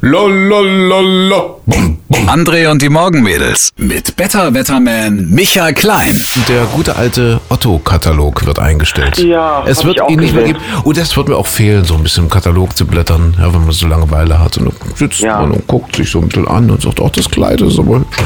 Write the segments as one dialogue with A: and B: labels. A: Lo, lo, lo, lo. Bum, bum.
B: André und die Morgenmädels mit Better Wetterman Michael Klein.
C: Der gute alte Otto-Katalog wird eingestellt.
D: Ja,
C: Es
D: hab
C: wird
D: ich auch
C: ihn nicht mehr
D: gesehen.
C: geben. Und das wird mir auch fehlen, so ein bisschen im Katalog zu blättern, ja, wenn man so Langeweile hat. Und dann sitzt
D: Ja.
C: man und guckt sich so ein bisschen an und sagt, oh, ach, das Kleid ist aber hübsch.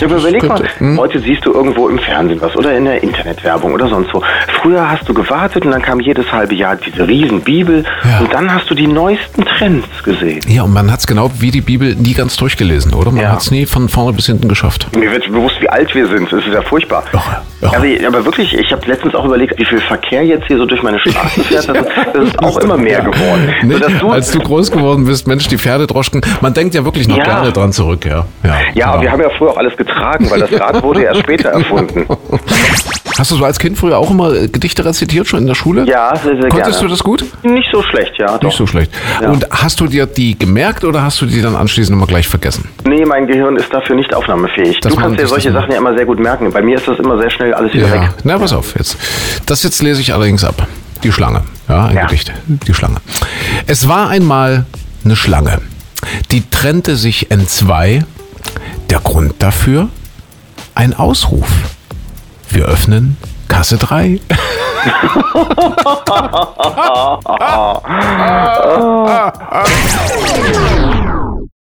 D: Ja, aber überleg mal,
C: könnte- hm?
D: heute siehst du irgendwo im Fernsehen was oder in der Internetwerbung oder sonst wo. Früher hast du gewartet und dann kam jedes halbe Jahr diese Riesenbibel
C: Ja.
D: und dann hast du die neuesten Trends gesehen.
C: Ja, und man hat es genau wie die Bibel nie ganz durchgelesen, oder? Man
D: Ja.
C: hat es nie von vorne bis hinten geschafft.
D: Mir wird bewusst, wie alt wir sind. Es ist ja furchtbar.
C: Irre, irre.
D: Also, aber wirklich, ich habe letztens auch überlegt, wie viel Verkehr jetzt hier so durch meine Straßen fährt. Das, ist- das ist auch immer mehr geworden.
C: Nee,
D: Sodass
C: als du groß geworden bist, Mensch, die Pferdedroschken, man denkt ja wirklich noch
D: Ja.
C: gerne dran zurück, ja. Ja,
D: ja,
C: genau.
D: wir haben ja früher auch alles getragen, weil das Rad wurde ja erst später erfunden.
C: Hast du so als Kind früher auch immer äh, Gedichte rezitiert, schon in der Schule?
D: Ja, sehr, sehr
C: Konntest du
D: gerne.
C: das gut?
D: Nicht so schlecht, ja. Doch.
C: Nicht so schlecht.
D: Ja.
C: Und hast du dir die gemerkt oder hast du die dann anschließend immer gleich vergessen?
D: Nee, mein Gehirn ist dafür nicht aufnahmefähig.
C: Das
D: du kannst
C: meinte
D: dir
C: ich,
D: solche
C: das-
D: Sachen ja immer sehr gut merken. Bei mir ist das immer sehr schnell alles wieder weg.
C: Na, pass auf jetzt. Das jetzt lese ich allerdings ab. Die Schlange. Ja, ein
D: Ja.
C: Gedicht. Die Schlange. Es war einmal eine Schlange. Die trennte sich entzwei. Der Grund dafür? Ein Ausruf. Wir öffnen Kasse 3.